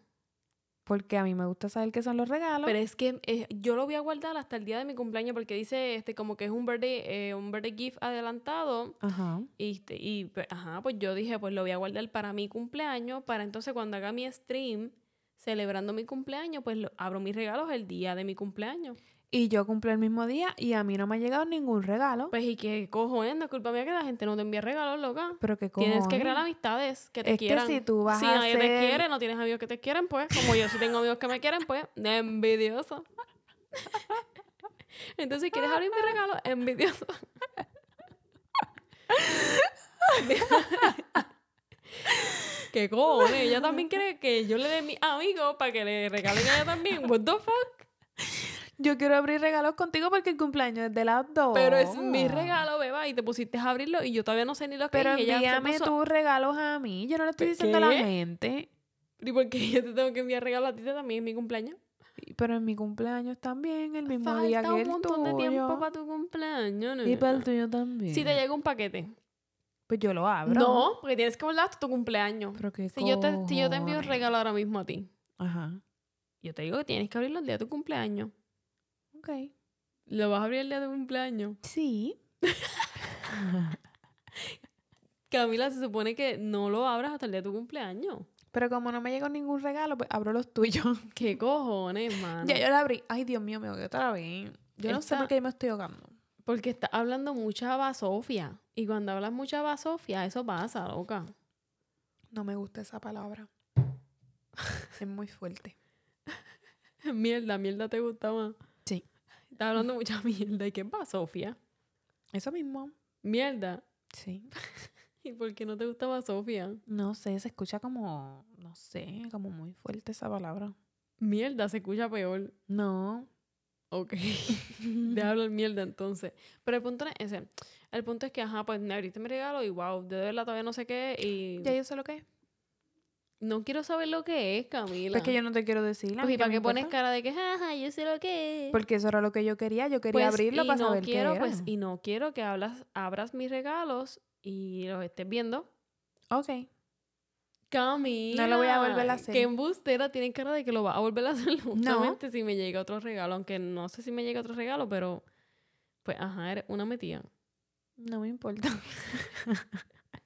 B: Porque a mí me gusta saber qué son los regalos.
C: Pero es que eh, yo lo voy a guardar hasta el día de mi cumpleaños porque dice este como que es un birthday, eh, un birthday gift adelantado.
B: Ajá.
C: Y, este, y, pues, ajá, pues yo dije, pues lo voy a guardar para mi cumpleaños, para entonces cuando haga mi stream celebrando mi cumpleaños, pues lo- abro mis regalos el día de mi cumpleaños.
B: Y yo cumplí el mismo día y a mí no me ha llegado ningún regalo.
C: Pues y que cojones, no es culpa mía que la gente no te envía regalos, loca.
B: pero qué cojones.
C: Tienes que crear amistades que te
B: Es que
C: quieran.
B: si tú vas
C: si
B: a
C: nadie te
B: hacer-
C: quiere, no tienes amigos que te quieren, pues, como yo sí tengo amigos que me quieren, pues, envidioso. Entonces, ¿quieres abrir mi regalo? Envidioso. ¿Qué cojones? Ella también quiere que yo le dé mi amigo para que le regalen a ella también. What the fuck?
B: Yo quiero abrir regalos contigo porque el cumpleaños es de las dos.
C: Pero es mi regalo, beba, y te pusiste a abrirlo y yo todavía no sé ni lo que
B: Pero
C: es, y ella se
B: envíame
C: puso-
B: tus regalos a mí. Yo no le estoy
C: ¿Pe-
B: diciendo a la
C: qué?
B: gente.
C: ¿Y por qué yo te tengo que enviar regalo a ti también en mi cumpleaños?
B: Y- Pero en mi cumpleaños también, el mismo día que
C: un
B: el
C: montón de tiempo
B: tuyo.
C: para tu cumpleaños.
B: Y
C: nena.
B: para el tuyo también.
C: Si te llega un paquete.
B: Pues yo lo abro.
C: No, porque tienes que guardar hasta tu cumpleaños.
B: Pero qué
C: Si yo, te, si yo te envío un
B: cojones.
C: regalo ahora mismo a ti,
B: Ajá.
C: yo te digo que tienes que abrirlo el día de tu cumpleaños.
B: Ok.
C: Lo vas a abrir el día de tu cumpleaños.
B: Sí.
C: Camila, se supone que no lo abras hasta el día de tu cumpleaños.
B: Pero como no me llegó ningún regalo, pues abro los tuyos.
C: ¿Qué cojones, mano?
B: Ya yo la abrí. Ay, Dios mío, me ahogué otra vez. Yo no sé
C: Esta-
B: por qué me estoy ahogando.
C: Porque está hablando mucha basofia. Y cuando hablas mucha basofia, eso pasa, loca.
B: No me gusta esa palabra. es muy fuerte.
C: Mierda, mierda te gusta más.
B: Sí.
C: Está hablando mucha mierda. ¿Y qué basofia?
B: Eso mismo.
C: Mierda.
B: Sí.
C: ¿Y por qué no te gustaba Sofía?
B: No sé, se escucha como, no sé, como muy fuerte esa palabra.
C: Mierda, se escucha peor.
B: No.
C: Ok. Te hablo mierda entonces. Pero el punto no es ese. El punto es que, ajá, pues me abriste mi regalo y wow, de verdad todavía no sé qué. Y
B: Ya yo sé lo que es.
C: no quiero saber lo que es, Camila.
B: Pues que yo no te quiero decir. a
C: Pues,
B: mí
C: ¿y para
B: me
C: qué pones
B: importa.
C: cara de que, ajá, yo sé lo que es?
B: Porque eso era lo que yo quería. Yo quería
C: Pues,
B: abrirlo
C: y
B: para
C: no
B: saber
C: quiero,
B: qué era.
C: Pues, y no quiero que hablas, abras mis regalos y los estés viendo.
B: Ok.
C: Camila.
B: voy a volver a hacer.
C: Que embustera tiene cara de que lo va a volver a hacer justamente si me llega otro regalo. Aunque no sé si me llega otro regalo, pero Pues, ajá, eres una metida.
B: No me importa.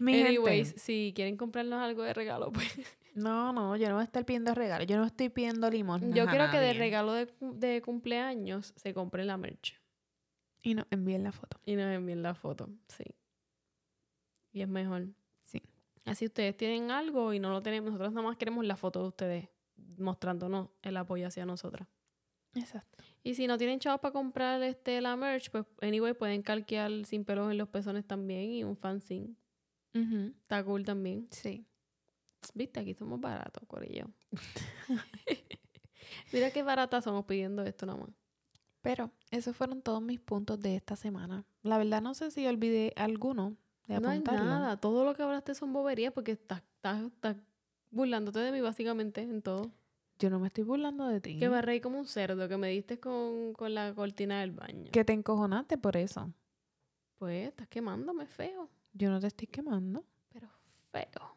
B: Mi gente,
C: Anyways, si quieren comprarnos algo de regalo, pues.
B: No, no, yo no voy a estar pidiendo regalos. Yo no estoy pidiendo limón.
C: Yo quiero que de regalo de, cu- de cumpleaños se compre la merch
B: Y nos envíen la foto.
C: y nos envíen la foto. Sí. Y es mejor.
B: Sí.
C: Así ustedes tienen algo y no lo tenemos. Nosotros nada más queremos la foto de ustedes mostrándonos el apoyo hacia nosotras.
B: Exacto.
C: Y si no tienen chavos para comprar este, la merch, pues anyway, pueden calquear sin pelos en los pezones también y un fanzine. Está cool también.
B: Sí.
C: Viste, aquí somos baratos, corillo. Mira qué baratas somos pidiendo esto nada más.
B: Pero esos fueron todos mis puntos de esta semana. La verdad no sé si olvidé alguno de
C: No hay
B: apuntarlo.
C: nada. Todo lo que hablaste son boberías porque estás, estás, estás burlándote de mí básicamente en todo.
B: Yo no me estoy burlando de ti.
C: Que me reí como un cerdo, que me diste con, con la cortina del baño.
B: Que te encojonaste por eso.
C: Pues estás quemándome feo,
B: Yo no te estoy quemando.
C: pero feo.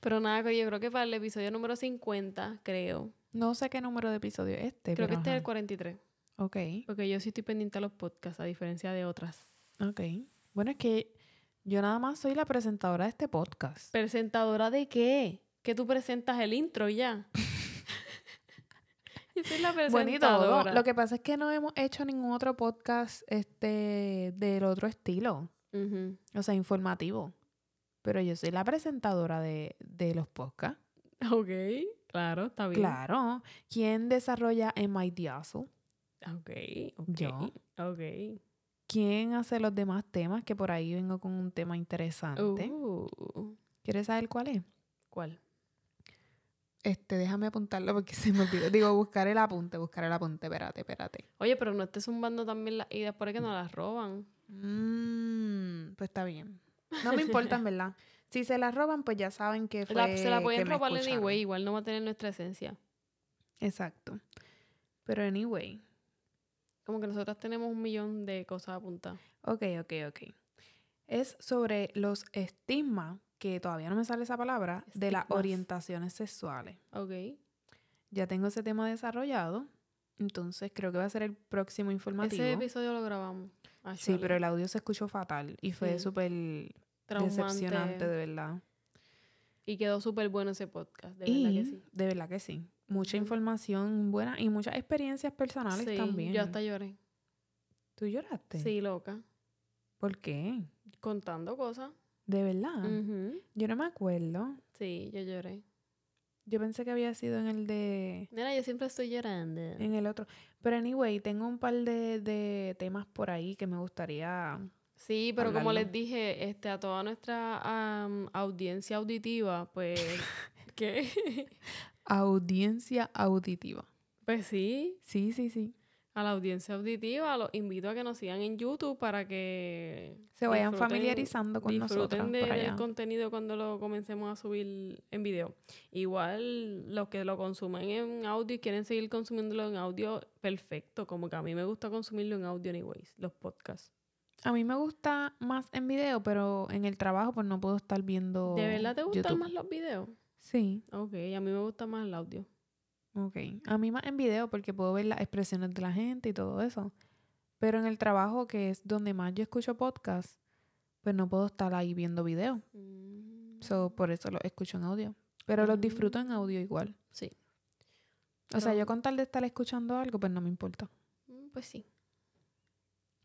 C: Pero nada, que yo creo que para el episodio número 50, creo.
B: No sé qué número de episodio es este.
C: Creo que
B: pero
C: este es el
B: ajá.
C: 43.
B: Ok,
C: Porque yo sí estoy pendiente a los podcasts, a diferencia de otras.
B: ok. Bueno, es que yo nada más soy la presentadora de este podcast.
C: ¿Presentadora de qué? Que tú presentas el intro y ya. yo soy la
B: Bueno, y todo.
C: presentadora.
B: Lo que pasa es que no hemos hecho ningún otro podcast este del otro estilo,
C: Ujú.
B: o sea, informativo. Pero yo soy la presentadora de, de los podcasts.
C: Ok, claro, está bien.
B: Claro. ¿Quién desarrolla My Hustle?
C: Ok, ok.
B: Yo.
C: Ok.
B: ¿Quién hace los demás temas? Que por ahí vengo con un tema interesante.
C: Uh,
B: ¿Quieres saber cuál es?
C: ¿Cuál?
B: Este, déjame apuntarlo porque se me olvidó. Digo, buscar el apunte, buscar el apunte. Espérate, espérate.
C: Oye, pero no estés zumbando también las ideas por ahí que nos las roban.
B: Mm, pues está bien. No me importa, en verdad. Si se la roban, pues ya saben que fue
C: La- se la
B: que
C: pueden
B: me
C: robar
B: escucharon.
C: anyway, igual no va a tener nuestra esencia.
B: Exacto. Pero anyway.
C: Como que nosotras tenemos un millón de cosas apuntadas.
B: Ok, ok, ok. Es sobre los estigmas, que todavía no me sale esa palabra, de las
C: Estigmas.
B: orientaciones sexuales.
C: Ok.
B: Ya tengo ese tema desarrollado. Entonces creo que va a ser el próximo informativo.
C: Ese episodio lo grabamos.
B: sí,
C: actually.
B: pero el audio se escuchó fatal y fue
C: Sí.
B: súper
C: Traumante.
B: decepcionante, de verdad.
C: Y quedó súper bueno ese podcast, de verdad
B: y
C: que sí.
B: de verdad que sí. Mucha
C: Ujú.
B: información buena y muchas experiencias personales
C: Sí,
B: también.
C: Yo hasta lloré.
B: ¿Tú lloraste?
C: Sí, loca.
B: ¿Por qué?
C: Contando cosas.
B: ¿De verdad?
C: Ujú.
B: Yo no me acuerdo.
C: Sí, yo lloré.
B: Yo pensé que había sido en el de...
C: Nena, yo siempre estoy llorando.
B: En el otro. Pero anyway, tengo un par de, de temas por ahí que me gustaría...
C: Sí, pero como les
B: hablarlo.
C: dije, este, a toda nuestra am, audiencia auditiva, pues, ¿qué?
B: Audiencia auditiva.
C: Pues sí,
B: Sí, sí, sí.
C: a la audiencia auditiva los invito a que nos sigan en YouTube para que
B: Se vayan
C: disfruten-
B: familiarizando con nosotros
C: disfruten de-
B: por allá.
C: del contenido cuando lo comencemos a subir en video. Igual los que lo consumen en audio y quieren seguir consumiéndolo en audio, perfecto. Como que a mí me gusta consumirlo en audio anyways, los podcasts.
B: A mí me gusta más en video, pero en el trabajo pues no puedo estar viendo
C: ¿De verdad te gustan
B: YouTube.
C: más los videos?
B: Sí,
C: Ok, a mí me gusta más el audio.
B: ok. A mí más en video porque puedo ver las expresiones de la gente y todo eso. Pero en el trabajo, que es donde más yo escucho podcast, pues no puedo estar ahí viendo video.
C: Mm.
B: So, por eso los escucho en audio. Pero los disfruto en audio igual.
C: Sí.
B: O sea,
C: Pero-
B: yo con tal de estar escuchando algo, pues no me importa.
C: Mm, Pues sí.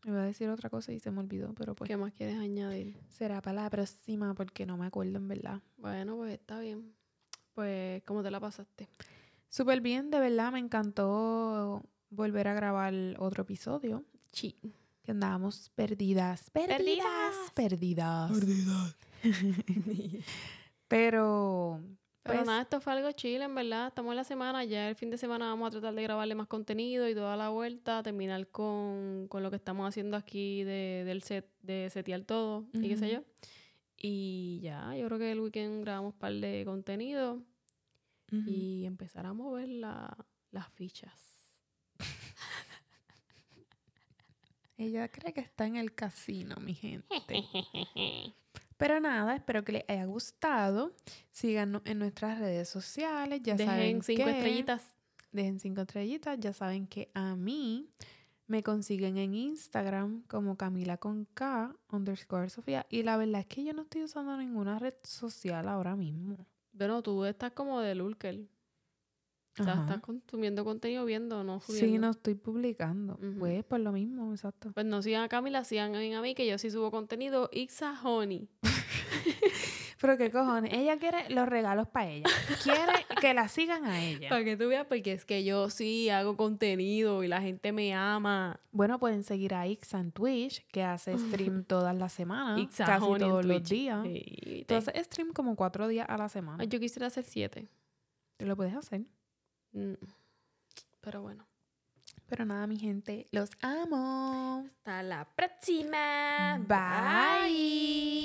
B: Iba a decir otra cosa y se me olvidó, pero pues
C: ¿Qué más quieres añadir?
B: será para la próxima porque no me acuerdo en verdad.
C: Bueno, pues está bien. Pues, ¿cómo te la pasaste?
B: Súper bien, de verdad, me encantó volver a grabar otro episodio.
C: Sí.
B: Que andábamos perdidas, perdidas,
C: Perdidas.
B: perdidas. Pero,
C: Pero
B: pues,
C: nada, esto fue algo chile, en verdad. Estamos en la semana, ya el fin de semana vamos a tratar de grabarle más contenido y toda la vuelta, terminar con, con lo que estamos haciendo aquí de, del set, de setear todo y qué sé
B: Ujú.
C: yo. Y ya, yo creo que el weekend grabamos un par de contenido
B: ujú.
C: y empezar a mover la- las fichas.
B: ella cree que está en el casino, mi gente. Pero nada, espero que les haya gustado. Síganos en nuestras redes sociales, ya saben
C: Dejen cinco
B: que-
C: estrellitas.
B: dejen cinco estrellitas. Ya saben que a mí me consiguen en Instagram como Camila con K underscore Sofía. Y la verdad es que yo no estoy usando ninguna red social ahora mismo.
C: Bueno, tú estás como de Lurker. O sea,
B: Ajá.
C: estás consumiendo contenido viendo, no subiendo.
B: Sí, no estoy publicando.
C: Ujú.
B: Pues por lo mismo, exacto.
C: Pues no sigan a Camila, sigan bien a mí, que yo sí subo contenido. Ixa Honey.
B: Pero qué cojones, ella quiere los regalos para ella. Quiere que la sigan a ella.
C: Para que tú veas, porque es que yo sí hago contenido y la gente me ama.
B: Bueno, pueden seguir a Ixa en Twitch, que hace stream todas las semanas,
C: Ixa
B: Ah, casi
C: Honey en
B: todos los
C: Twitch.
B: días.
C: Sí, te-
B: Tú haces stream como cuatro días a la semana.
C: Ay, yo quisiera hacer siete.
B: Te lo puedes hacer.
C: Mm. Pero bueno.
B: Pero nada, mi gente, los amo.
C: Hasta la próxima.
B: Bye.